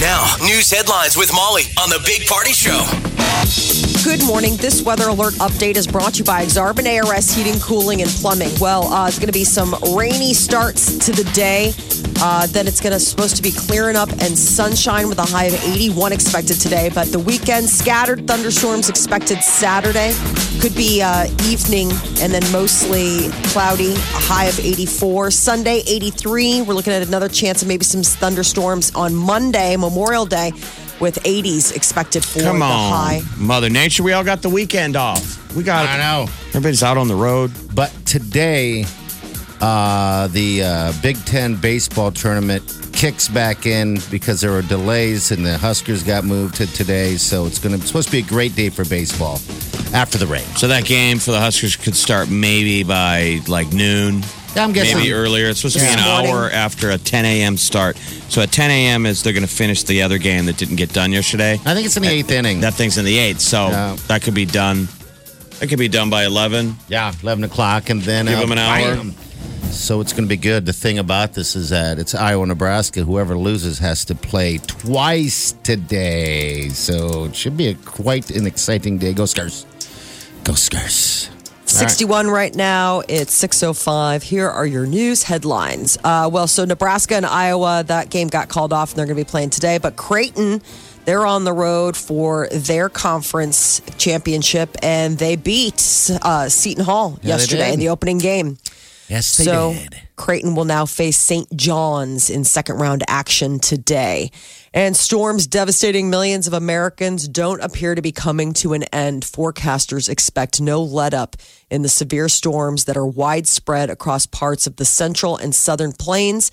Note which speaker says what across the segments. Speaker 1: Now, news headlines with Molly on the Big Party Show.
Speaker 2: Good morning. This weather alert update is brought to you by Exarban ARS Heating, Cooling, and Plumbing. Well, uh, it's going to be some rainy starts to the day. Uh, then it's going to supposed to be clearing up and sunshine with a high of 81 expected today. But the weekend, scattered thunderstorms expected Saturday. Could be uh, evening and then mostly cloudy, a high of 84. Sunday, 83. We're looking at another chance of maybe some thunderstorms on Monday, Memorial Day, with 80s expected for
Speaker 3: Come
Speaker 2: the
Speaker 3: on,
Speaker 2: high.
Speaker 3: Mother Nature. We all got the weekend off. We got.
Speaker 4: I know.
Speaker 3: Everybody's out on the road.
Speaker 4: But today, uh, the uh, Big Ten baseball tournament kicks back in because there were delays and the Huskers got moved to today. So it's going to supposed to be a great day for baseball after the rain.
Speaker 3: So that game for the Huskers could start maybe by like noon.
Speaker 4: Yeah, I'm guessing.
Speaker 3: Maybe earlier. It's supposed to be
Speaker 4: Yeah.
Speaker 3: an
Speaker 2: Morning.
Speaker 3: hour after a 10 a.m. start. So at 10 a.m. is they're going to finish the other game that didn't get done yesterday.
Speaker 4: I think it's in the eighth inning.
Speaker 3: That thing's in the eighth, so
Speaker 4: Yeah.
Speaker 3: that could be done. That could be done by 11.
Speaker 4: yeah, eleven o'clock, and then
Speaker 3: Give
Speaker 4: uh,
Speaker 3: them an hour.
Speaker 4: bam. So it's going to be good. The thing about this is that it's Iowa, Nebraska. Whoever loses has to play twice today. So it should be a quite an exciting day. Go Scars. Go Scars.
Speaker 2: 61 right. now. It's 6:05. Here are your news headlines. Uh, well, so Nebraska and Iowa, that game got called off, and they're going to be playing today. But Creighton, they're on the road for their conference championship, and they beat uh, Seton Hall
Speaker 4: Yeah, they
Speaker 2: yesterday in
Speaker 4: did.
Speaker 2: the opening game.
Speaker 4: Yes, they
Speaker 2: so
Speaker 4: did.
Speaker 2: Creighton will now face St. John's in second round action today. And storms devastating millions of Americans don't appear to be coming to an end. Forecasters expect no let up in the severe storms that are widespread across parts of the central and southern plains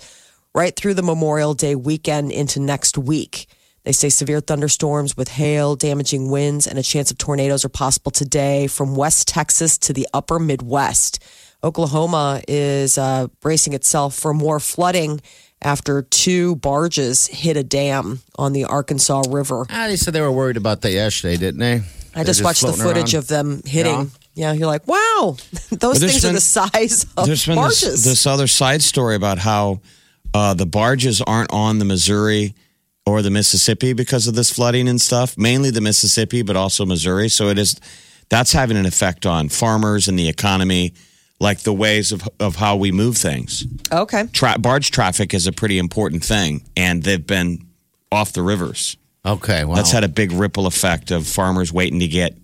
Speaker 2: right through the Memorial Day weekend into next week. They say severe thunderstorms with hail, damaging winds, and a chance of tornadoes are possible today from West Texas to the upper Midwest. Oklahoma is uh, bracing itself for more flooding after two barges hit a dam on the Arkansas River.
Speaker 4: Ah, they said they were worried about that yesterday, didn't they?
Speaker 2: I just, watched the footage of them hitting. Yeah, you're like, wow, those
Speaker 3: there's
Speaker 2: things are
Speaker 3: been-
Speaker 2: the size of
Speaker 3: There's been this,
Speaker 2: barges.
Speaker 3: this other side story about how uh, the barges aren't on the Missouri or the Mississippi because of this flooding and stuff. Mainly the Mississippi, but also Missouri. So it is that's having an effect on farmers and the economy, like the ways of of how we move things.
Speaker 2: okay.
Speaker 3: Tra- barge traffic is a pretty important thing, and they've been off the rivers.
Speaker 4: Okay, wow.
Speaker 3: That's had a big ripple effect of farmers waiting to get.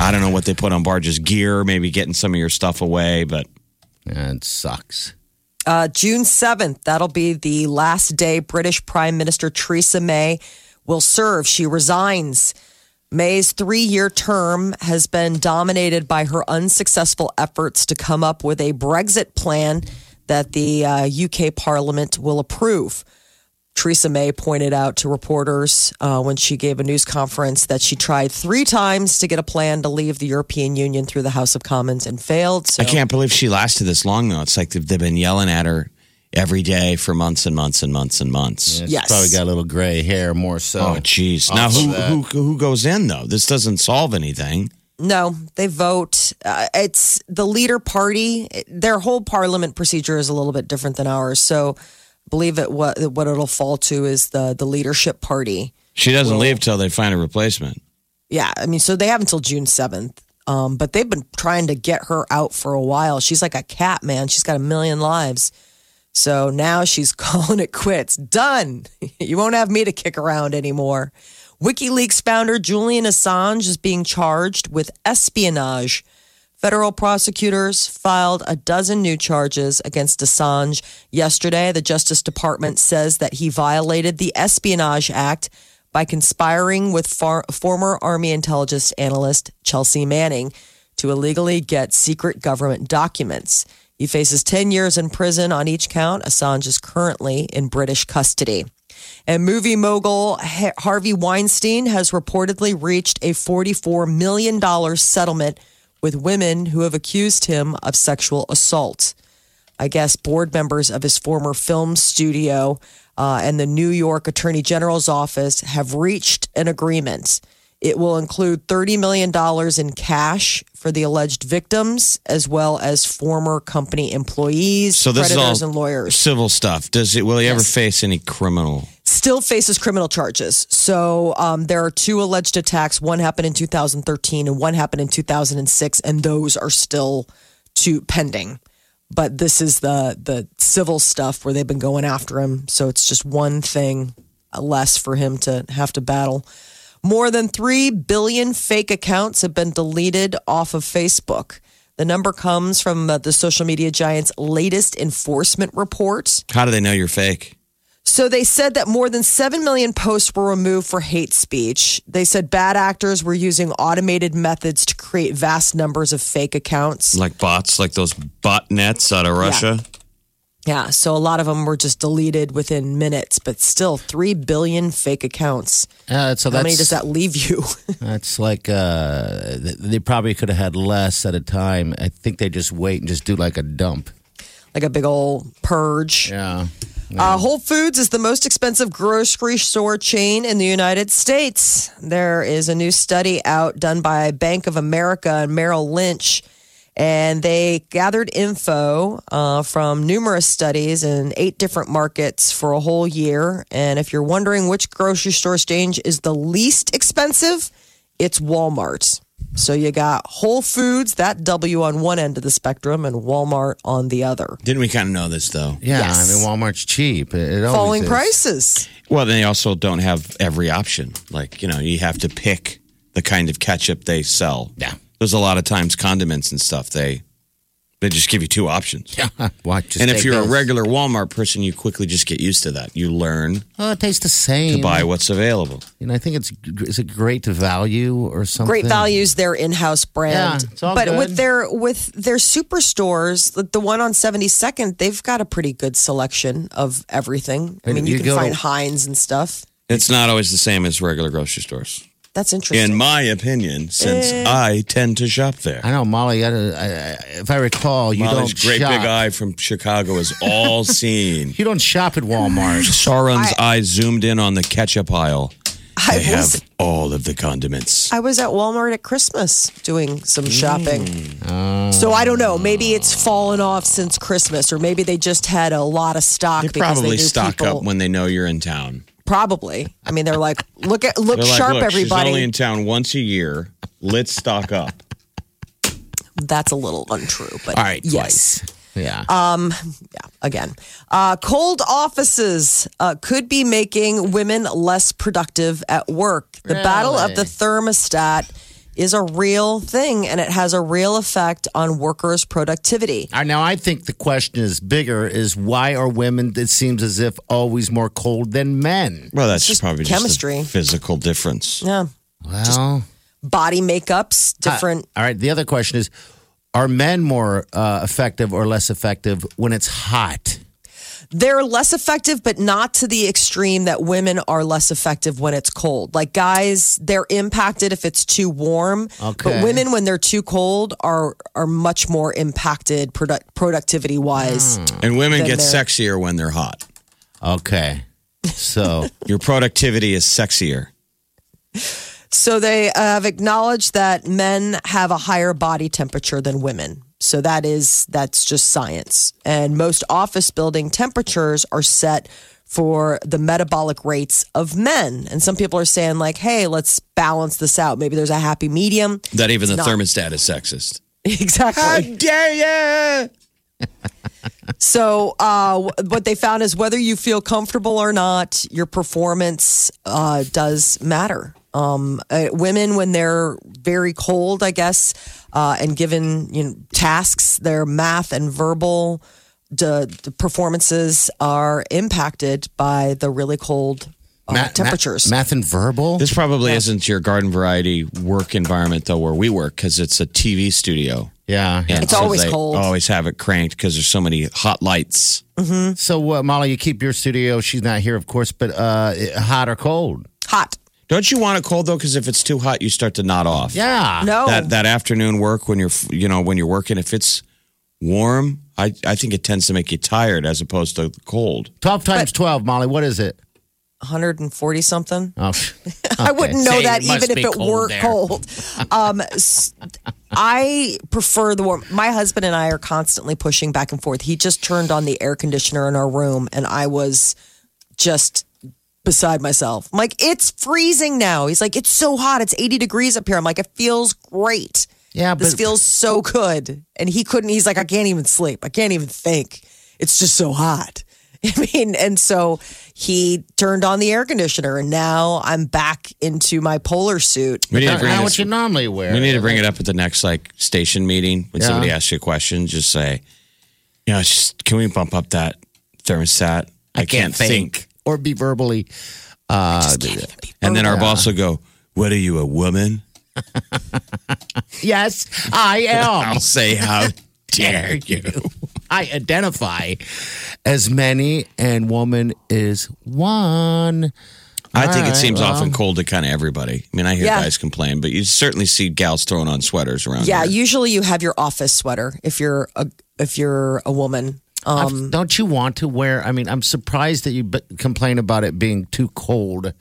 Speaker 3: I don't know what they put on barges, gear, maybe getting some of your stuff away, but
Speaker 4: Yeah, it sucks.
Speaker 2: Uh, June 7th, that'll be the last day British Prime Minister Theresa May will serve. She resigns. May's three year term has been dominated by her unsuccessful efforts to come up with a Brexit plan that the uh, UK Parliament will approve. Theresa May pointed out to reporters uh, when she gave a news conference that she tried three times to get a plan to leave the European Union through the House of Commons and failed. So
Speaker 3: I can't believe she lasted this long though. It's like they've, they've been yelling at her every day for months and months and months and months.
Speaker 4: It's
Speaker 2: Yes.
Speaker 4: probably got a little gray hair more so. uh,
Speaker 3: Oh, jeez. Now who,
Speaker 4: that.
Speaker 3: who who goes in though? This doesn't solve anything.
Speaker 2: No, they vote. Uh, it's the leader party. Their whole parliament procedure is a little bit different than ours. So, I believe it what what it'll fall to is the the leadership party.
Speaker 3: She doesn't leave till they find a replacement.
Speaker 2: Yeah, I mean, so they have until June seventh. Um, but they've been trying to get her out for a while. She's like a cat, man. She's got a million lives. So now she's calling it quits. Done. You won't have me to kick around anymore. WikiLeaks founder Julian Assange is being charged with espionage. Federal prosecutors filed a dozen new charges against Assange yesterday. The Justice Department says that he violated the Espionage Act by conspiring with far- former Army intelligence analyst Chelsea Manning to illegally get secret government documents. He faces 10 years in prison on each count. Assange is currently in British custody. And movie mogul Ha- Harvey Weinstein has reportedly reached a $44 million settlement with women who have accused him of sexual assault. I guess, board members of his former film studio uh, and the New York Attorney General's office have reached an agreement. It will include $30 million in cash for the alleged victims, as well as former company employees,
Speaker 3: So this
Speaker 2: creditors,
Speaker 3: is all
Speaker 2: and lawyers.
Speaker 3: civil stuff. Does it? Will he ever
Speaker 2: Yes.
Speaker 3: face any criminal?
Speaker 2: Still faces criminal charges. So um, there are two alleged attacks. One happened in 2013 and one happened in 2006, and those are still to pending. But this is the the civil stuff where they've been going after him. So it's just one thing less for him to have to battle. More than 3 billion fake accounts have been deleted off of Facebook. The number comes from uh, the social media giant's latest enforcement report.
Speaker 3: How do they know you're fake?
Speaker 2: So they said that more than 7 million posts were removed for hate speech. They said bad actors were using automated methods to create vast numbers of fake accounts.
Speaker 3: Like bots, like those bot nets out of Russia.
Speaker 2: Yeah, so a lot of them were just deleted within minutes, but still 3 billion fake accounts.
Speaker 4: Uh, so
Speaker 2: How
Speaker 4: that's
Speaker 2: many does that leave you?
Speaker 4: that's like uh, th- they probably could have had less at a time. I think they just wait and just do like a dump.
Speaker 2: like a big old purge.
Speaker 4: Yeah.
Speaker 2: Uh, Whole Foods is the most expensive grocery store chain in the United States. There is a new study out done by Bank of America and Merrill Lynch, and they gathered info uh, from numerous studies in eight different markets for a whole year. And if you're wondering which grocery store change is the least expensive, it's Walmart. So you got Whole Foods, that W on one end of the spectrum, and Walmart on the other.
Speaker 3: Didn't we kind of know this though?
Speaker 4: Yeah,
Speaker 2: Yes.
Speaker 4: I mean Walmart's cheap. It, it always
Speaker 2: Falling
Speaker 4: is.
Speaker 2: prices.
Speaker 3: Well, they also don't have every option. Like, you know, you have to pick the kind of ketchup they sell.
Speaker 4: Yeah.
Speaker 3: There's a lot of times condiments and stuff, they they just give you two options. Yeah.
Speaker 4: Why, just
Speaker 3: And if
Speaker 4: take
Speaker 3: you're
Speaker 4: those.
Speaker 3: a regular Walmart person, you quickly just get used to that. You learn
Speaker 4: oh, it tastes the same.
Speaker 3: to buy what's available.
Speaker 4: You know, I think it's is it great value or something?
Speaker 2: Great values, their in-house brand.
Speaker 4: Yeah, it's all
Speaker 2: but
Speaker 4: good.
Speaker 2: with their with their superstores, the, the one on 72nd, they've got a pretty good selection of everything. I
Speaker 4: And
Speaker 2: mean, you,
Speaker 4: you
Speaker 2: can
Speaker 4: go
Speaker 2: find
Speaker 4: to-
Speaker 2: Heinz and stuff.
Speaker 3: It's not always the same as regular grocery stores.
Speaker 2: That's interesting.
Speaker 3: In my opinion, since I tend to shop there.
Speaker 4: I know Molly. I, don't- I, I- if I recall, you
Speaker 3: Molly's
Speaker 4: don't
Speaker 3: great
Speaker 4: shop.
Speaker 3: big eye from Chicago is all seen.
Speaker 4: You don't shop at Walmart.
Speaker 3: Sauron's eye zoomed in on the ketchup aisle.
Speaker 2: I
Speaker 3: They
Speaker 2: was
Speaker 3: have all of the condiments.
Speaker 2: I was at Walmart at Christmas doing some
Speaker 3: Mm.
Speaker 2: shopping. So I don't know. Maybe it's
Speaker 3: Oh.
Speaker 2: fallen off since Christmas, or maybe they just had a lot of stock.
Speaker 3: They
Speaker 2: because
Speaker 3: probably
Speaker 2: do
Speaker 3: stock
Speaker 2: people-
Speaker 3: up when they know you're in town.
Speaker 2: Probably. I mean, they're like, look at look
Speaker 3: They're like,
Speaker 2: sharp,
Speaker 3: Look,
Speaker 2: everybody.
Speaker 3: She's only in town once a year. Let's stock up.
Speaker 2: That's a little untrue, but
Speaker 4: All right,
Speaker 2: yes.
Speaker 4: yeah.
Speaker 2: Uh, again. Uh, cold offices uh, could be making women less productive at work. The battle of the thermostat is a real thing and it has a real effect on workers' productivity.
Speaker 4: Uh, Now I think the question is bigger: is why are women? It seems as if always more cold than men.
Speaker 3: Well, that's
Speaker 2: It's just
Speaker 3: probably
Speaker 2: chemistry.
Speaker 3: just a physical difference.
Speaker 2: Yeah.
Speaker 4: Well,
Speaker 2: Body makeups, different.
Speaker 4: all right. The other question is: are men more uh, effective or less effective when it's hot?
Speaker 2: They're less effective, but not to the extreme that women are less effective when it's cold. Like guys, they're impacted if it's too warm, but
Speaker 4: Okay.
Speaker 2: women when they're too cold are are much more impacted product, productivity wise.
Speaker 3: And women get
Speaker 2: they're-
Speaker 3: sexier when they're hot.
Speaker 4: Okay, so
Speaker 3: Your productivity is sexier.
Speaker 2: So they uh, have acknowledged that men have a higher body temperature than women. So that is that's just science. And most office building temperatures are set for the metabolic rates of men. And some people are saying like, "Hey, let's balance this out. Maybe there's a happy medium."
Speaker 3: That even the
Speaker 2: not-
Speaker 3: thermostat is sexist.
Speaker 2: exactly.
Speaker 3: dare you?
Speaker 2: So, uh, what they found is whether you feel comfortable or not, your performance uh, does matter. Um, uh, women, when they're very cold, I guess, uh, and given you know, tasks, their math and verbal d- d- performances are impacted by the really cold uh, temperatures.
Speaker 4: Math, and verbal.
Speaker 3: This probably isn't your garden variety work environment though, where we work, because it's a TV studio.
Speaker 4: yeah.
Speaker 3: And
Speaker 2: It's always
Speaker 3: they
Speaker 2: cold.
Speaker 3: Always have it cranked because there's so many hot lights.
Speaker 4: So uh, Molly, you keep your studio. She's not here, of course, but uh, hot or cold?
Speaker 2: Hot.
Speaker 3: Don't you want it cold though? Because if it's too hot, you start to nod off.
Speaker 4: Yeah.
Speaker 2: No.
Speaker 3: That that afternoon work when you're you know when you're working, if it's warm, I I think it tends to make you tired as opposed to cold.
Speaker 4: Twelve times twelve, Molly. What is it?
Speaker 2: 140 something.
Speaker 4: Oh,
Speaker 2: I wouldn't know
Speaker 4: So
Speaker 2: that
Speaker 4: it must
Speaker 2: even if
Speaker 4: be
Speaker 2: it
Speaker 4: cold
Speaker 2: were
Speaker 4: there.
Speaker 2: cold. Um, s- I prefer the warm. My husband and I are constantly pushing back and forth. He just turned on the air conditioner in our room, and I was just beside myself. I'm like, it's freezing now. He's like, it's so hot. It's 80 degrees up here. I'm like, it feels great.
Speaker 4: Yeah,
Speaker 2: this
Speaker 4: but-
Speaker 2: feels so good. And he couldn't. He's like, I can't even sleep. I can't even think. It's just so hot. I mean, and so he turned on the air conditioner, and now I'm back into my polar suit.
Speaker 3: We need to
Speaker 4: not,
Speaker 3: bring
Speaker 4: not
Speaker 3: this-
Speaker 4: what you normally wear.
Speaker 3: We need to bring it up at the next like station meeting when
Speaker 4: Yeah.
Speaker 3: somebody asks you a question. Just say, you know, it's just, can we bump up that thermostat?
Speaker 4: I can't think. or be verbally.
Speaker 3: And
Speaker 4: Oh,
Speaker 3: then our boss will go, "What are you, a woman?"
Speaker 4: Yes, I am.
Speaker 3: I'll say, "How dare you?"
Speaker 4: I identify as many and woman is one.
Speaker 3: I think
Speaker 4: All right,
Speaker 3: it seems
Speaker 4: well.
Speaker 3: often cold to kind of everybody. I mean, I hear
Speaker 2: Yeah.
Speaker 3: guys complain, but you certainly see gals throwing on sweaters around.
Speaker 2: Yeah,
Speaker 3: here.
Speaker 2: usually you have your office sweater if you're a if you're a woman. Um,
Speaker 4: Don't you want to wear? I mean, I'm surprised that you b- complain about it being too cold.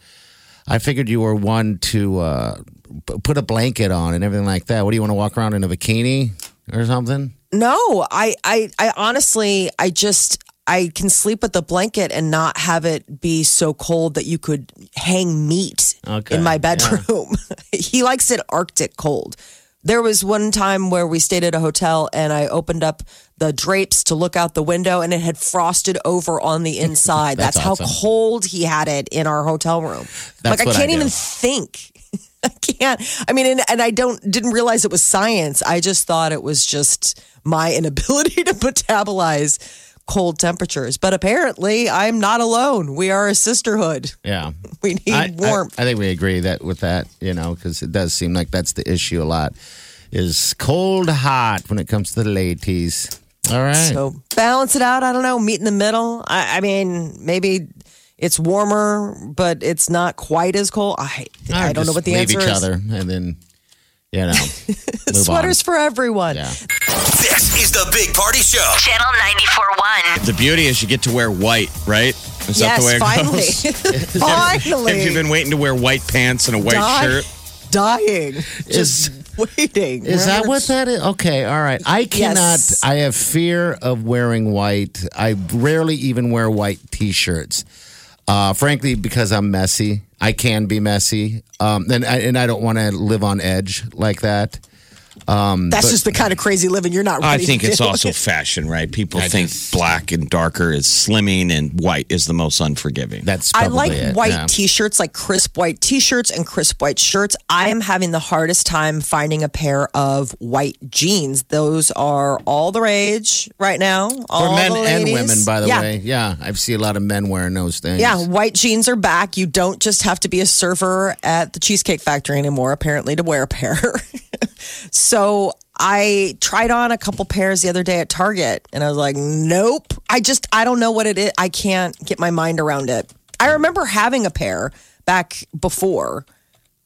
Speaker 4: I figured you were one to uh, p- put a blanket on and everything like that. What do you want to walk around in a bikini or something?
Speaker 2: No, I, I, I honestly, I just, I can sleep with the blanket and not have it be so cold that you could hang meat
Speaker 4: Okay,
Speaker 2: in my bedroom. he likes it Arctic cold. There was one time where we stayed at a hotel and I opened up the drapes to look out the window and it had frosted over on the inside. That's,
Speaker 4: awesome.
Speaker 2: how cold he had it in our hotel room. like
Speaker 4: That's what
Speaker 2: I
Speaker 4: I
Speaker 2: can't
Speaker 4: do.
Speaker 2: even think. I can't. I mean, and, and I don't didn't realize it was science. I just thought it was just my inability to metabolize cold temperatures. But apparently, I'm not alone. We are a sisterhood.
Speaker 4: Yeah,
Speaker 2: We need
Speaker 4: I,
Speaker 2: warmth.
Speaker 4: I, I think we agree that with that, you know, because it does seem like that's the issue a lot is cold hot when it comes to the ladies. All right.
Speaker 2: so balance it out. I don't know. Meet in the middle. I, I mean, maybe it's warmer, but it's not quite as cold. I I, don't know
Speaker 4: just
Speaker 2: what the
Speaker 4: leave
Speaker 2: answer
Speaker 4: each
Speaker 2: is.
Speaker 4: other, and then you know, move on.
Speaker 2: Sweaters for everyone.
Speaker 4: Yeah.
Speaker 1: This is the Big Party Show.
Speaker 5: Channel 941.
Speaker 3: The beauty is you get to wear white, right? Is that the way
Speaker 2: Yes,
Speaker 3: it
Speaker 2: finally,
Speaker 3: goes?
Speaker 2: finally.
Speaker 3: If you've been waiting to wear white pants and a white
Speaker 2: Die-
Speaker 3: shirt,
Speaker 2: dying, just waiting.
Speaker 4: Is that what that is? Okay, all right. I cannot.
Speaker 2: Yes.
Speaker 4: I have fear of wearing white. I rarely even wear white T-shirts. Uh, frankly, because I'm messy, I can be messy, um, and I, and I don't want to live on edge like that.
Speaker 2: That's just the kind of crazy living you're not.
Speaker 3: I
Speaker 2: ready
Speaker 3: think
Speaker 2: to
Speaker 3: it's
Speaker 2: do.
Speaker 3: also fashion, right? People think black and darker is slimming, and white is the most unforgiving.
Speaker 4: That's
Speaker 2: I
Speaker 4: probably
Speaker 2: like
Speaker 4: it,
Speaker 2: white
Speaker 4: yeah.
Speaker 2: t-shirts, like crisp white t-shirts and crisp white shirts. I am having the hardest time finding a pair of white jeans. Those are all the rage right now.
Speaker 4: for
Speaker 2: all
Speaker 4: men
Speaker 2: the
Speaker 4: and
Speaker 2: ladies.
Speaker 4: women, by the
Speaker 2: Yeah.
Speaker 4: way. Yeah, I see a lot of men wearing those things.
Speaker 2: Yeah, white jeans are back. You don't just have to be a server at the Cheesecake Factory anymore, apparently, to wear a pair. so I tried on a couple pairs the other day at Target and I was like, nope. I just, I don't know what it is. I can't get my mind around it. I remember having a pair back before,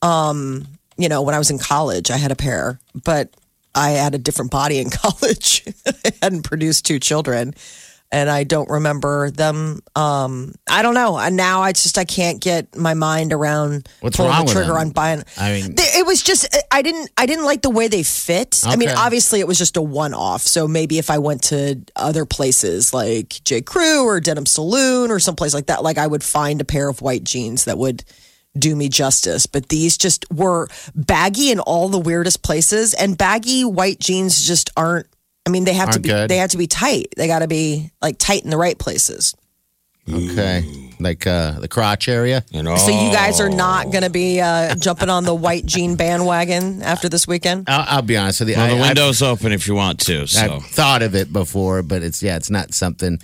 Speaker 2: um, you know, when I was in college, I had a pair, but I had a different body in college. I hadn't produced two children and I don't remember them. Um, I don't know. And now I just I can't get my mind around
Speaker 4: What's
Speaker 2: pulling
Speaker 4: wrong
Speaker 2: the
Speaker 4: with
Speaker 2: trigger
Speaker 4: them?
Speaker 2: on buying.
Speaker 4: I mean-
Speaker 2: They- it was just I didn't I didn't like the way they fit. I mean,
Speaker 4: Okay.
Speaker 2: obviously it was just a one off. So maybe if I went to other places like J Crew or Denim Saloon or someplace like that, like I would find a pair of white jeans that would do me justice but these just were baggy in all the weirdest places and baggy white jeans just aren't i mean they have to
Speaker 4: Aren't
Speaker 2: be
Speaker 4: good.
Speaker 2: they have to be tight they got to be like tight in the right places
Speaker 4: Okay. Like uh, the crotch area.
Speaker 3: And all,
Speaker 2: So you guys are
Speaker 4: Oh.
Speaker 2: not going to be uh, jumping on the white jean bandwagon after this weekend.
Speaker 4: I'll, I'll be honest with you.
Speaker 3: well,
Speaker 4: I-
Speaker 3: the
Speaker 4: I-
Speaker 3: window's open if you want to. So
Speaker 4: I've thought of it before, but it's yeah, it's not something.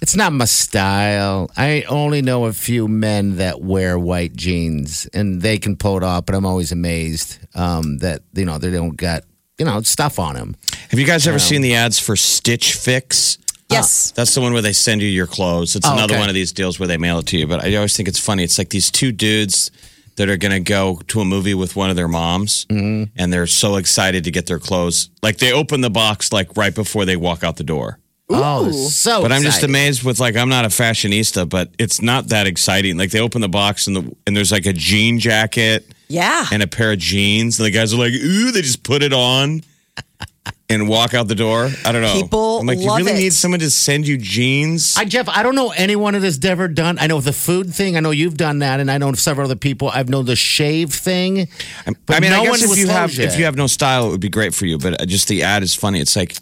Speaker 4: It's not my style. I only know a few men that wear white jeans, and they can pull it off. But I'm always amazed um, that you know they don't got you know stuff on them.
Speaker 3: have you guys ever seen the ads for Stitch Fix?
Speaker 4: uh,
Speaker 2: Yes.
Speaker 3: That's the one where they send you your clothes. It's
Speaker 4: Oh,
Speaker 3: another
Speaker 4: okay.
Speaker 3: one of these deals where they mail it to you. But I always think it's funny. It's like these two dudes that are going to go to a movie with one of their moms,
Speaker 4: Mm-hmm.
Speaker 3: and they're so excited to get their clothes. Like they open the box like right before they walk out the door.
Speaker 4: Oh, so.
Speaker 3: But I'm just
Speaker 4: excited.
Speaker 3: amazed with like I'm not a fashionista, but it's not that exciting. Like they open the box and the and there's like a jean jacket
Speaker 2: Yeah.
Speaker 3: and a pair of jeans, and the guys are like, "Ooh!" They just put it on and walk out the door. I don't know.
Speaker 2: People
Speaker 3: I'm like,
Speaker 2: love
Speaker 3: you really
Speaker 2: it.
Speaker 3: need someone to send you jeans.
Speaker 4: I, Jeff, I don't know anyone that has ever done. I know the food thing. I know you've done that, and I know several other people. I've known the shave thing. But
Speaker 3: I mean,
Speaker 4: no
Speaker 3: I guess
Speaker 4: one
Speaker 3: if you
Speaker 4: slows
Speaker 3: have
Speaker 4: you.
Speaker 3: if you have no style, it would be great for you. But uh, just the ad is funny. It's like,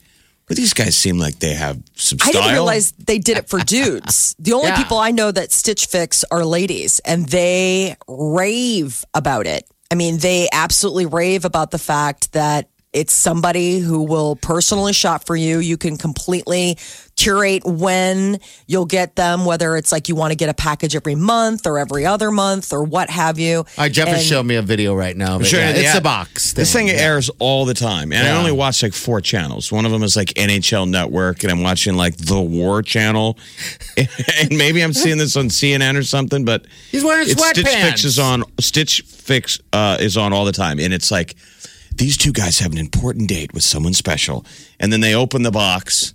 Speaker 3: well, these guys seem like they have some
Speaker 2: I
Speaker 3: style.
Speaker 2: didn't realize they did it for dudes. The only
Speaker 4: Yeah.
Speaker 2: people I know that Stitch Fix are ladies, and they rave about it. I mean, they absolutely rave about the fact that it's somebody who will personally shop for you. You can completely curate when you'll get them, whether it's like you want to get a package every month or every other month or what have you.
Speaker 4: All right, Jeff
Speaker 2: And-
Speaker 4: is showing me a video right now. of it.
Speaker 3: Sure,
Speaker 4: Yeah,
Speaker 3: the
Speaker 4: it's
Speaker 3: ad-
Speaker 4: a box.
Speaker 3: This thing airs all the time, and I
Speaker 4: Yeah.
Speaker 3: only watch like four channels. One of them is like NHL Network, and I'm watching like the War Channel, and maybe I'm seeing this on CNN or something. But
Speaker 4: He's wearing
Speaker 3: it's Stitch Fix
Speaker 4: sweatpants.
Speaker 3: is on. Stitch Fix uh, is on all the time, and it's like these two guys have an important date with someone special, and then they open the box,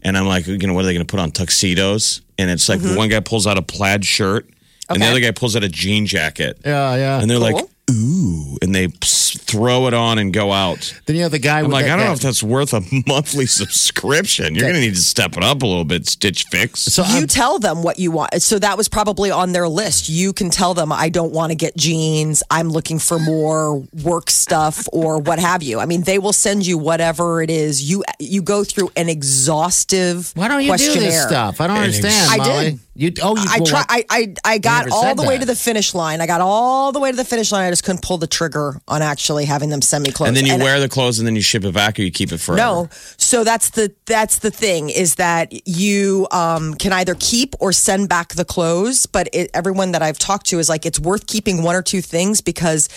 Speaker 3: and I'm like, you know, what are they going to put on tuxedos? And it's like
Speaker 4: Mm-hmm.
Speaker 3: one guy pulls out a plaid shirt, and the
Speaker 2: Okay.
Speaker 3: other guy pulls out a jean jacket.
Speaker 4: Yeah, yeah.
Speaker 3: And they're like,
Speaker 2: Cool.
Speaker 3: ooh, and they s- throw it on and go out.
Speaker 4: Then you have the guy.
Speaker 3: I'm
Speaker 4: with
Speaker 3: like,
Speaker 4: that-
Speaker 3: I don't know
Speaker 4: that-
Speaker 3: if that's worth a monthly subscription. You're going to need to step it up a little bit, Stitch Fix.
Speaker 4: So
Speaker 2: you
Speaker 4: I'm,
Speaker 2: tell them what you want. So that was probably on their list. You can tell them, I don't want to get jeans. I'm looking for more work stuff or what have you. I mean, they will send you whatever it is. You you go through an exhaustive
Speaker 4: why don't you do
Speaker 2: questionnaire.
Speaker 4: this stuff? I don't understand.
Speaker 2: I
Speaker 4: Molly.
Speaker 2: did.
Speaker 4: You oh, you
Speaker 2: I
Speaker 4: well,
Speaker 2: try. I, I I got
Speaker 4: never
Speaker 2: all
Speaker 4: said
Speaker 2: the way
Speaker 4: that.
Speaker 2: to the finish line. I got all the way to the finish line. I just couldn't pull the trigger on actually having them send me clothes.
Speaker 3: and then you
Speaker 2: And
Speaker 3: wear the clothes and then you ship it back or you keep it forever.
Speaker 2: No. So that's the that's the thing is that you um, can either keep or send back the clothes. But it, everyone that I've talked to is like it's worth keeping one or two things because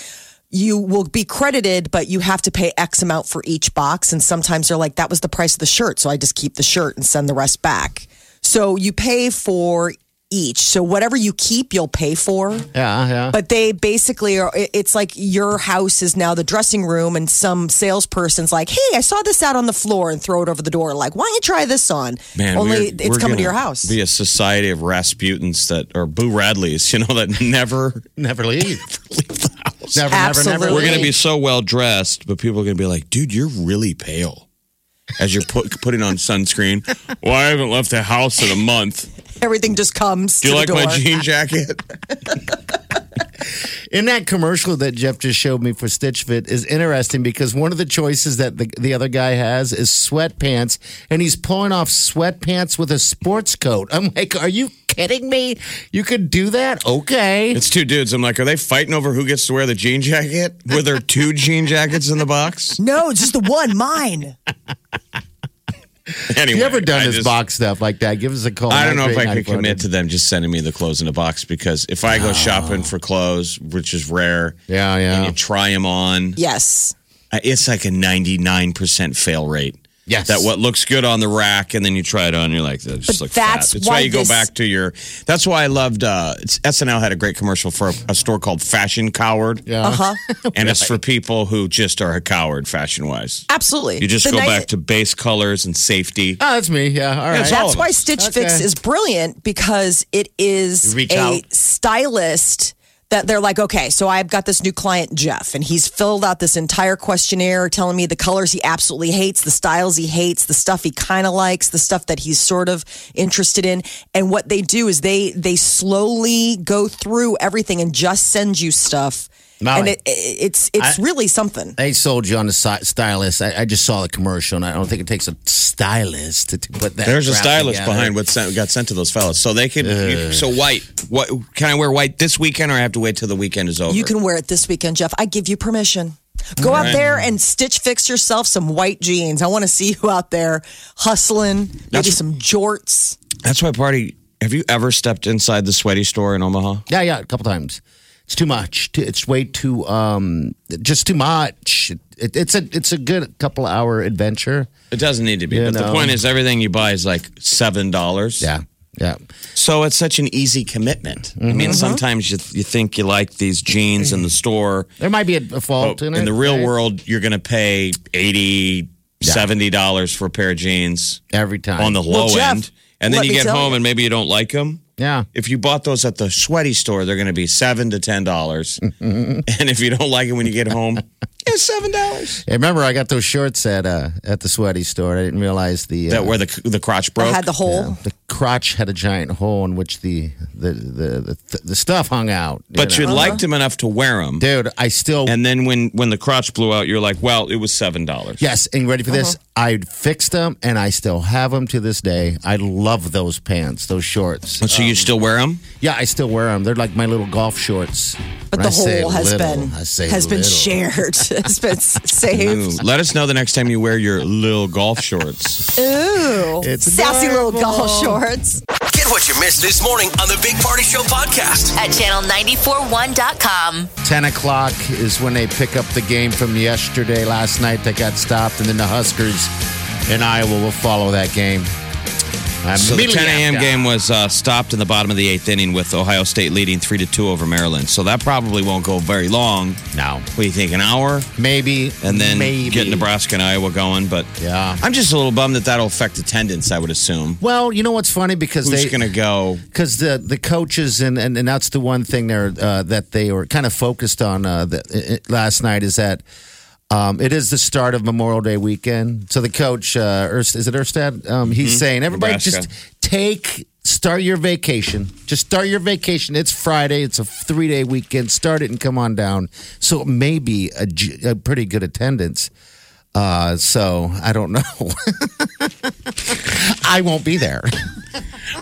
Speaker 2: you will be credited, but you have to pay X amount for each box. And sometimes they're like, that was the price of the shirt, so I just keep the shirt and send the rest back. So you pay for each. So whatever you keep, you'll pay for.
Speaker 4: yeah, yeah.
Speaker 2: But they basically are, it- it's like your house is now the dressing room, and some salesperson's like, hey, I saw this out on the floor and throw it over the door. Like, why don't you try this on?
Speaker 3: Man,
Speaker 2: Only
Speaker 3: we're-
Speaker 2: it's
Speaker 3: we're
Speaker 2: coming to your
Speaker 3: gonna
Speaker 2: house.
Speaker 3: Be a society of Rasputins that are Boo Radleys, you know, that never
Speaker 4: never leave.
Speaker 3: leave the house.
Speaker 4: Never, never, never.
Speaker 2: Absolutely.
Speaker 3: We're going to
Speaker 4: leave.
Speaker 3: be so well dressed, but people are going to be like, dude, you're really pale as you're put, putting on sunscreen. Well, I haven't left the house in a month.
Speaker 2: Everything just comes.
Speaker 3: Do
Speaker 2: to
Speaker 3: you
Speaker 2: the
Speaker 3: like my
Speaker 2: door.
Speaker 3: jean jacket?
Speaker 4: in that commercial that Jeff just showed me for Stitch Fit is interesting because one of the choices that the, the other guy has is sweatpants, and he's pulling off sweatpants with a sports coat. I'm like, are you kidding me? You could do that? Okay.
Speaker 3: It's two dudes. I'm like, are they fighting over who gets to wear the jean jacket? Were there two jean jackets in the box?
Speaker 2: No, it's just the one, mine.
Speaker 3: Anyway,
Speaker 4: Have you ever done
Speaker 3: I
Speaker 4: this
Speaker 3: just-
Speaker 4: box stuff like that? Give us a call.
Speaker 3: I don't know if I could
Speaker 4: 938-9400.
Speaker 3: commit to them just sending me the clothes in a box because if I go shopping for clothes, which is rare,
Speaker 4: Yeah,
Speaker 3: and
Speaker 4: yeah.
Speaker 3: you try them on,
Speaker 2: Yes.
Speaker 3: I- it's like a 99% fail rate.
Speaker 4: Yes.
Speaker 3: That what looks good on the rack, and then you try it on, you're like, that just
Speaker 2: But
Speaker 3: looks fat.
Speaker 2: that's
Speaker 3: It's why,
Speaker 2: why
Speaker 3: you
Speaker 2: this-
Speaker 3: go back to your. That's why I loved uh, it's- SNL had a great commercial for a, a store called Fashion Coward,
Speaker 4: Yeah.
Speaker 2: Huh?
Speaker 3: and it's for people who just are a coward fashion wise.
Speaker 2: Absolutely.
Speaker 3: You just
Speaker 2: The
Speaker 3: go
Speaker 2: nice-
Speaker 3: back to base colors and safety.
Speaker 4: Oh, that's me. Yeah. All right.
Speaker 3: it's all
Speaker 2: That's
Speaker 3: of
Speaker 2: why
Speaker 3: us.
Speaker 2: Stitch Fix
Speaker 4: Okay.
Speaker 2: is brilliant because it is
Speaker 4: You reach
Speaker 2: a
Speaker 4: out.
Speaker 2: stylist that they're like, okay, so I've got this new client, Jeff, and he's filled out this entire questionnaire telling me the colors he absolutely hates, the styles he hates, the stuff he kind of likes, the stuff that he's sort of interested in. And what they do is they they slowly go through everything and just send you stuff
Speaker 4: Molly.
Speaker 2: and it, it's it's really something.
Speaker 4: They sold you on the si- stylist. I, I just saw the commercial, and I don't think it takes a stylist to, to put that.
Speaker 3: There's a
Speaker 4: crap
Speaker 3: stylist
Speaker 4: together.
Speaker 3: behind what sent, got sent to those fellas, so they can. you- so white, what can I wear white this weekend, or I have to wait till the weekend is over?
Speaker 2: You can wear it this weekend, Jeff. I give you permission. Go out there and stitch fix yourself some white jeans. I want to see you out there hustling, maybe
Speaker 3: That's-
Speaker 2: some jorts.
Speaker 3: That's why party. Have you ever stepped inside the sweaty store in Omaha?
Speaker 4: Yeah, yeah, a couple times. It's too much. Too- It's way too. Um, just too much. It, it's a it's a good couple hour adventure.
Speaker 3: It doesn't need to be.
Speaker 4: You
Speaker 3: but the
Speaker 4: know.
Speaker 3: point is, everything you buy is like seven dollars.
Speaker 4: Yeah, yeah.
Speaker 3: So it's such an easy commitment. I
Speaker 2: Mm-hmm.
Speaker 3: mean, sometimes you you think you like these jeans in the store.
Speaker 4: There might be a fault in,
Speaker 3: Oh, in
Speaker 4: it,
Speaker 3: the real
Speaker 4: right?
Speaker 3: world, you're going to pay 80 seventy dollars for a pair of jeans
Speaker 4: every time
Speaker 3: on the low
Speaker 2: Well, Jeff,
Speaker 3: end, and then
Speaker 2: let
Speaker 3: you
Speaker 2: me
Speaker 3: get
Speaker 2: tell
Speaker 3: home
Speaker 2: you.
Speaker 3: and maybe you don't like them.
Speaker 4: yeah.
Speaker 3: If you bought those at the sweaty store, they're going to be seven to ten dollars, and if you don't like it when you get home, it's seven dollars.
Speaker 4: Hey, remember, I got those shorts at uh at the sweaty store. I didn't realize the uh,
Speaker 3: That where the the crotch
Speaker 2: I
Speaker 3: broke.
Speaker 2: had the whole.
Speaker 4: the crotch had a giant hole in which the the the the, the stuff hung out. you
Speaker 3: but you
Speaker 4: know?
Speaker 3: liked them enough to wear them.
Speaker 4: dude, I still
Speaker 3: And then when when the crotch blew out, you're like, well, it was seven dollars.
Speaker 4: Yes, and ready for this?
Speaker 2: Uh-huh.
Speaker 4: I fixed them, and I still have them to this day. I love those pants, those shorts.
Speaker 3: So you still wear them?
Speaker 4: Yeah, I still wear them. They're like my little golf shorts.
Speaker 2: But
Speaker 4: When
Speaker 2: the
Speaker 4: I say
Speaker 2: whole has
Speaker 4: little,
Speaker 2: been
Speaker 4: I
Speaker 2: has
Speaker 4: say
Speaker 2: been
Speaker 4: little.
Speaker 2: shared, has been saved.
Speaker 3: Let us know the next time you wear your little golf shorts.
Speaker 2: Ooh,
Speaker 4: It's
Speaker 2: sassy little golf shorts.
Speaker 1: Get what you missed this morning on the Big Party Show podcast.
Speaker 5: At channel941.com.
Speaker 4: Ten o'clock is when they pick up the game from yesterday, last night that got stopped, and then the Huskers in Iowa will follow that game.
Speaker 3: So the 10 a.m.
Speaker 4: Immediately
Speaker 3: game was uh, stopped in the bottom of the eighth inning with Ohio State leading three to two over Maryland. So that probably won't go very long.
Speaker 4: after. No,
Speaker 3: What do you think? An hour,
Speaker 4: maybe,
Speaker 3: and then
Speaker 4: maybe.
Speaker 3: get Nebraska and Iowa going. But
Speaker 4: Yeah.
Speaker 3: I'm just a little bummed that that'll affect attendance. I would assume
Speaker 4: Well, you know what's funny because
Speaker 3: who's
Speaker 4: they
Speaker 3: going to go.
Speaker 4: because the the coaches and, and, and that's the one thing there uh, that they were kind of focused on uh, the, i- i- last night is that um, it is the start of Memorial Day weekend. So the coach, uh, Erst, is it Erstad? Um, he's saying everybody
Speaker 3: Mm-hmm. Nebraska.
Speaker 4: just take start your vacation. Just start your vacation. It's Friday. It's a three day weekend. Start it and come on down. So it may be a, g- a pretty good attendance. Uh, so I don't know. I won't be there.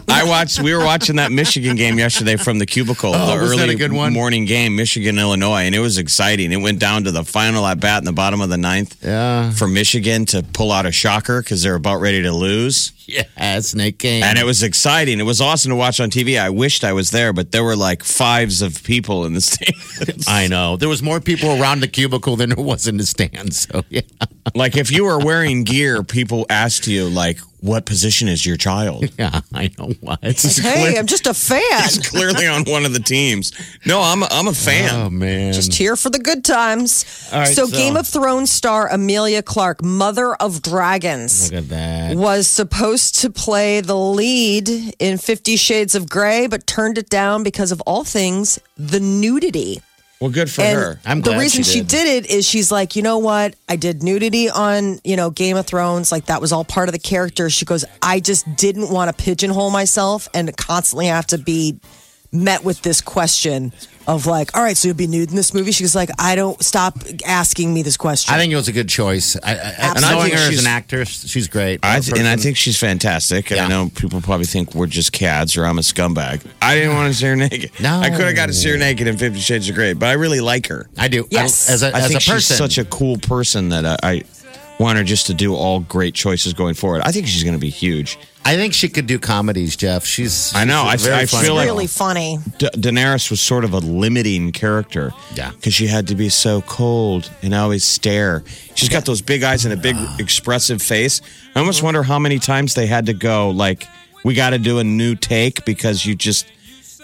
Speaker 3: I watched. We were watching that Michigan game yesterday from the cubicle.
Speaker 4: Oh,
Speaker 3: the
Speaker 4: was
Speaker 3: early
Speaker 4: that a good one?
Speaker 3: morning game, Michigan Illinois, and it was exciting. It went down to the final at bat in the bottom of the ninth
Speaker 4: Yeah.
Speaker 3: for Michigan to pull out a shocker because they're about ready to lose.
Speaker 4: Yeah, snake game.
Speaker 3: And it was exciting. It was awesome to watch on TV. I wished I was there, but there were like fives of people in the stands.
Speaker 4: I know. There was more people around the cubicle than there was in the stand. So yeah.
Speaker 3: like if you were wearing gear, people asked you like, "What position is your child?"
Speaker 4: Yeah, I know what.
Speaker 2: Hey, I'm just a fan.
Speaker 3: He's clearly on one of the teams. No, I'm a, I'm a fan.
Speaker 4: Oh man.
Speaker 2: Just here for the good times.
Speaker 4: All right,
Speaker 2: so,
Speaker 4: so-
Speaker 2: Game of Thrones star Amelia Clark, mother of dragons,
Speaker 4: Look at that.
Speaker 2: was supposed to play the lead in Fifty Shades of Grey, but turned it down because of all things the nudity.
Speaker 3: Well, good for
Speaker 2: And
Speaker 3: her.
Speaker 4: I'm
Speaker 2: the
Speaker 4: glad
Speaker 2: reason she
Speaker 4: she did.
Speaker 2: did. it is she's like, you know what? I did nudity on, you know, Game of Thrones. Like that was all part of the character. She goes, I just didn't want to pigeonhole myself and constantly have to be met with this question of like, all right, so you'll be nude in this movie. She's like, I don't stop asking me this question.
Speaker 4: I think it was a good choice. I, I, and
Speaker 2: Absolutely.
Speaker 4: knowing her as
Speaker 3: She's-
Speaker 4: an actress, she's great.
Speaker 3: I th- and I
Speaker 4: Person.
Speaker 3: think she's fantastic. And I
Speaker 4: Yeah.
Speaker 3: know people probably think we're just cads or I'm a scumbag. I didn't want to see her naked.
Speaker 4: No.
Speaker 3: I could have got to see her naked in Fifty Shades of Grey, but I really like her.
Speaker 4: I do.
Speaker 2: Yes.
Speaker 4: I, as a,
Speaker 3: I
Speaker 4: as
Speaker 3: think
Speaker 4: a person,
Speaker 3: she's such a cool person that I, I want her just to do all great choices going forward. I think she's going to be huge.
Speaker 4: I think she could do comedies, Jeff. She's.
Speaker 3: I know.
Speaker 4: she's a
Speaker 3: I-
Speaker 4: very
Speaker 3: I
Speaker 4: funny
Speaker 3: feel like-
Speaker 4: girl.
Speaker 2: really funny.
Speaker 3: Da- Daenerys was sort of a limiting character.
Speaker 4: Yeah.
Speaker 3: Because she had to be so cold and always stare. She's got those big eyes and a big expressive face. I almost wonder how many times they had to go, like, we got to do a new take because you just,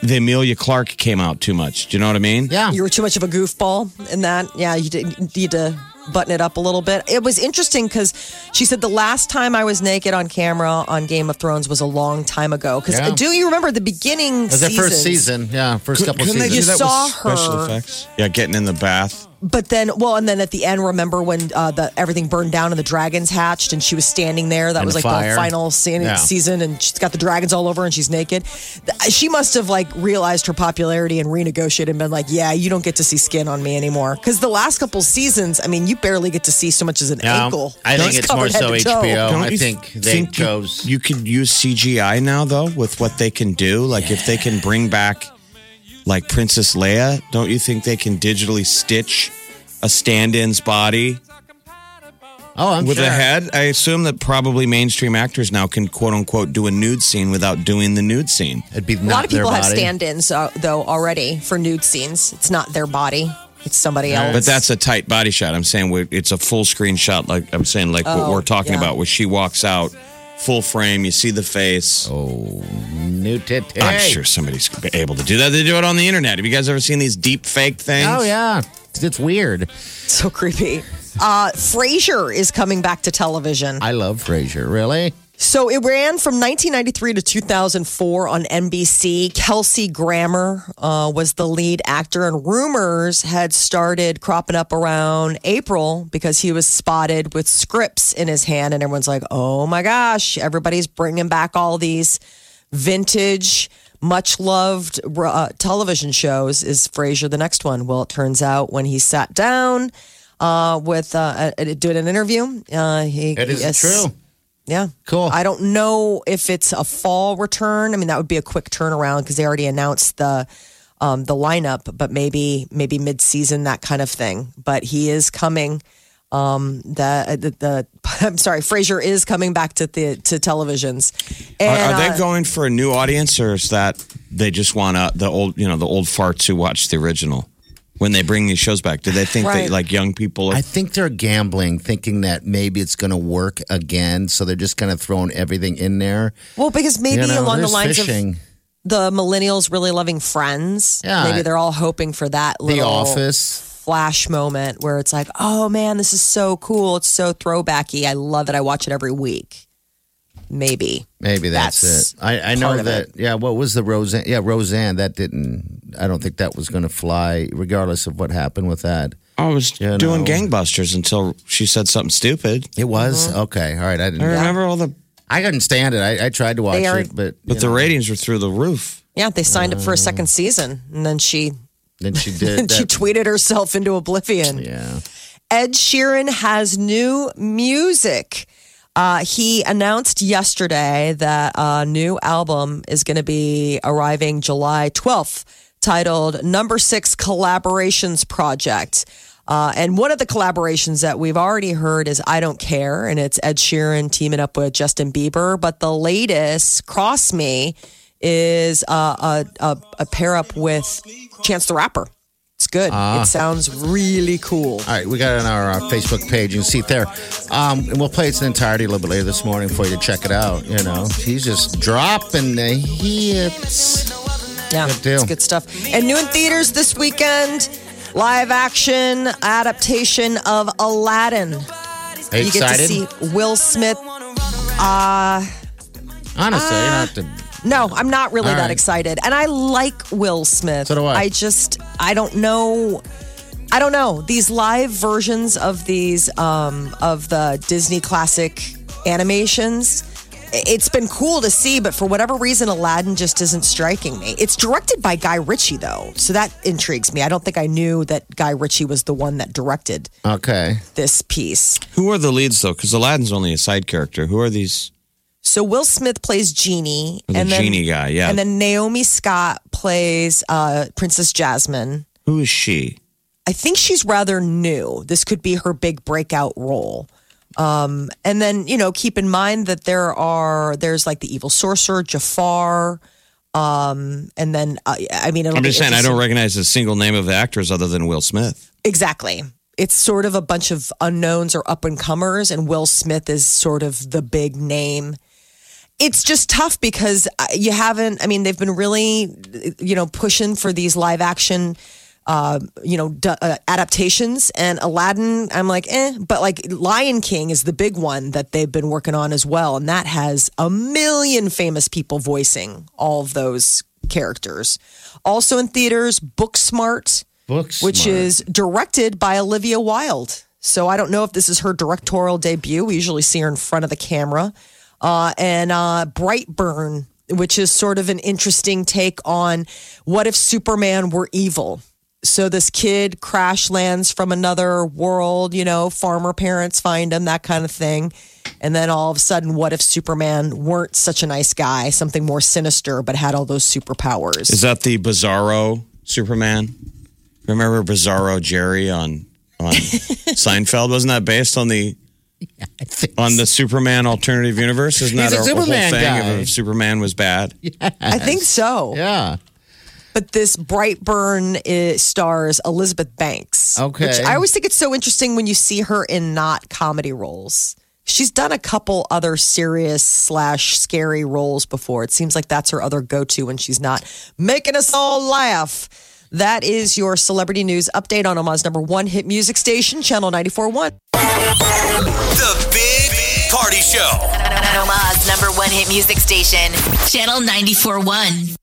Speaker 3: the Amelia Clark came out too much. Do you know what I mean?
Speaker 4: Yeah.
Speaker 2: You were too much of a goofball in that. Yeah, you did you need to button it up a little bit. It was interesting because she said the last time I was naked on camera on Game of Thrones was a long time ago. Because
Speaker 4: Yeah.
Speaker 2: do you remember the beginning?
Speaker 4: It was the first
Speaker 2: seasons?
Speaker 4: season. Yeah, first couple
Speaker 3: Couldn't they
Speaker 4: seasons.
Speaker 3: do that
Speaker 2: saw
Speaker 3: with special
Speaker 2: her.
Speaker 3: effects? Yeah, getting in the bath.
Speaker 2: But then, well, and then at the end, remember when uh, the everything burned down and the dragons hatched, and she was standing there. That
Speaker 4: And
Speaker 2: was
Speaker 4: the
Speaker 2: like the
Speaker 4: fire.
Speaker 2: final scene,
Speaker 4: Yeah.
Speaker 2: season, and she's got the dragons all over, and she's naked. Th- She must have like realized her popularity and renegotiated and been like, "Yeah, you don't get to see skin on me anymore." Because the last couple seasons, I mean, you barely get to see so much as an
Speaker 4: No,
Speaker 2: ankle.
Speaker 4: I think it's more
Speaker 2: covered head
Speaker 4: so
Speaker 2: to toe.
Speaker 4: HBO.
Speaker 3: Don't
Speaker 4: Oh, I
Speaker 3: you
Speaker 4: think they
Speaker 3: you-
Speaker 4: chose-
Speaker 3: You, could use CGI now, though, with what they can do. Like if they can bring back, like Princess Leia, don't you think they can digitally stitch a stand-in's body
Speaker 4: Oh, I'm
Speaker 3: with
Speaker 4: sure.
Speaker 3: a head? I assume that probably mainstream actors now can quote unquote do a nude scene without doing the nude scene.
Speaker 4: It'd be
Speaker 2: A lot of people have
Speaker 4: stand.
Speaker 2: stand-ins uh, though already for nude scenes. It's not their body; it's somebody else.
Speaker 3: But that's a tight body shot. I'm saying we it's a full screen shot. Like I'm saying, like what
Speaker 2: Oh,
Speaker 3: we're talking
Speaker 2: yeah.
Speaker 3: about, where she walks out, full frame. You see the face.
Speaker 4: New tit.
Speaker 3: I'm sure somebody's able to do that. They do it on the internet. Have you guys ever seen these deep fake things?
Speaker 4: Oh yeah, it's weird.
Speaker 2: so creepy. Uh, Frasier is coming back to television.
Speaker 4: I love Frasier. Really?
Speaker 2: So it ran from 1993 to 2004 on NBC. Kelsey Grammer uh, was the lead actor, and rumors had started cropping up around April because he was spotted with scripts in his hand, and everyone's like, "Oh my gosh!" Everybody's bringing back all these vintage, much loved uh, television shows. Is Frasier the next one? Well, it turns out when he sat down uh, with uh, uh, doing an interview, uh, he
Speaker 4: It is
Speaker 2: yes.
Speaker 4: true.
Speaker 2: Yeah.
Speaker 4: Cool.
Speaker 2: I don't know if it's a fall return. I mean, that would be a quick turnaround because they already announced the um, the lineup, but maybe maybe mid season that kind of thing. But he is coming. Um, the, the the I'm sorry, Frasier is coming back to the to televisions.
Speaker 3: Are,
Speaker 2: And,
Speaker 3: are
Speaker 2: uh,
Speaker 3: they going for a new audience, or is that they just want uh, the old, you know, the old farts who watched the original? When they bring these shows back, do they think
Speaker 2: Right.
Speaker 3: that like young people? Are,
Speaker 4: I think they're gambling, thinking that maybe it's going to work again. So they're just kind of throwing everything in there.
Speaker 2: well, because maybe
Speaker 4: You know,
Speaker 2: along the
Speaker 4: there's
Speaker 2: lines
Speaker 4: fishing.
Speaker 2: of the millennials really loving Friends.
Speaker 4: Yeah.
Speaker 2: Maybe they're all hoping for that.
Speaker 4: The
Speaker 2: little,
Speaker 4: Office.
Speaker 2: flash moment where it's like, oh man, this is so cool. It's so throwbacky. I love it. I watch it every week. Maybe.
Speaker 4: Maybe that's,
Speaker 2: That's
Speaker 4: it. I, I know
Speaker 2: part of
Speaker 4: that.
Speaker 2: it.
Speaker 4: Yeah. What was the Roseanne? Yeah, Roseanne. That didn't. I don't think that was going to fly, regardless of what happened with that.
Speaker 3: "Oh, I was
Speaker 4: You
Speaker 3: doing
Speaker 4: know.
Speaker 3: gangbusters until she said something stupid.
Speaker 4: It was
Speaker 2: Mm-hmm.
Speaker 4: okay. All right. I didn't.
Speaker 3: I remember all the,
Speaker 4: I couldn't stand it. I, I tried to watch
Speaker 2: They are-
Speaker 4: it, but
Speaker 3: but the ratings were through the roof.
Speaker 2: Yeah, they signed up for a second season and then she
Speaker 4: then she did.
Speaker 2: and she
Speaker 4: Mm. That,
Speaker 2: tweeted herself into oblivion.
Speaker 4: yeah.
Speaker 2: Ed Sheeran has new music. Uh, he announced yesterday that a new album is going to be arriving July 12th, titled Number Six Collaborations Project. Uh, and one of the collaborations that we've already heard is I Don't Care, and it's Ed Sheeran teaming up with Justin Bieber. But the latest, Cross Me, is uh, a, a, a pair up with Chance the Rapper. It's good. It sounds really cool.
Speaker 4: All right, we got it on our uh, Facebook page. You can see it there. Um, and we'll play its entirety a little bit later this morning for you to check it out. You know, he's just dropping the hits.
Speaker 2: Yeah,
Speaker 4: Good deal.
Speaker 2: it's good stuff. And new in theaters this weekend, live action adaptation of Aladdin.
Speaker 4: Are you,
Speaker 2: You get to
Speaker 4: excited?
Speaker 2: see Will Smith.
Speaker 4: Honestly,
Speaker 2: uh,
Speaker 4: you don't have to.
Speaker 2: No, I'm not really
Speaker 4: All
Speaker 2: that
Speaker 4: right.
Speaker 2: excited. And I like Will Smith.
Speaker 4: So do I.
Speaker 2: I just I don't know I don't know. These live versions of these um of the Disney classic animations i- it's been cool to see, but for whatever reason, Aladdin just isn't striking me. It's directed by Guy Ritchie, though, so that intrigues me. I don't think I knew that Guy Ritchie was the one that directed
Speaker 4: Okay.
Speaker 2: this piece.
Speaker 3: Who are the leads though? Because Aladdin's only a side character. Who are these?
Speaker 2: So Will Smith plays Genie,
Speaker 3: The
Speaker 2: and then,
Speaker 3: genie guy, yeah.
Speaker 2: and then Naomi Scott plays uh, Princess Jasmine.
Speaker 3: Who is she?
Speaker 2: I think she's rather new. This could be her big breakout role. Um, and then you know, keep in mind that there are there's like the evil sorcerer Jafar, um, and then uh, I mean, it'll
Speaker 3: I'm just
Speaker 2: be
Speaker 3: saying I
Speaker 2: interesting-
Speaker 3: don't recognize a single name of the actors other than Will Smith.
Speaker 2: Exactly. It's sort of a bunch of unknowns or up and comers, and Will Smith is sort of the big name. It's just tough because uh, you haven't, I mean, they've been really, you know, pushing for these live action, uh, you know, d- uh, adaptations. And Aladdin, I'm like, eh. But like Lion King is the big one that they've been working on as well. And that has a million famous people voicing all of those characters. Also in theaters, Booksmart
Speaker 4: Books,
Speaker 2: which is directed by Olivia Wilde. So I don't know if this is her directorial debut. We usually see her in front of the camera. Uh, and uh, Brightburn, which is sort of an interesting take on what if Superman were evil? So this kid crash lands from another world, you know, farmer parents find him, that kind of thing. And then all of a sudden, what if Superman weren't such a nice guy, something more sinister, but had all those superpowers?
Speaker 3: Is that the Bizarro Superman? Remember Bizarro Jerry on on Seinfeld? Wasn't that based on the on the Superman alternative universe? Isn't
Speaker 4: He's
Speaker 3: that
Speaker 4: a Superman
Speaker 3: whole thing?
Speaker 4: guy.
Speaker 3: If Superman was bad,
Speaker 2: I think so.
Speaker 4: Yeah.
Speaker 2: But this Brightburn is, stars Elizabeth Banks.
Speaker 4: Okay.
Speaker 2: Which I always think it's so interesting when you see her in not comedy roles. She's done a couple other serious slash scary roles before. It seems like that's her other go to when she's not making us all laugh. That is your celebrity news update on Omaha's number one hit music station, Channel 941.
Speaker 1: The Big, Big Party Show.
Speaker 5: Omaha's number one hit music station, Channel 94.1.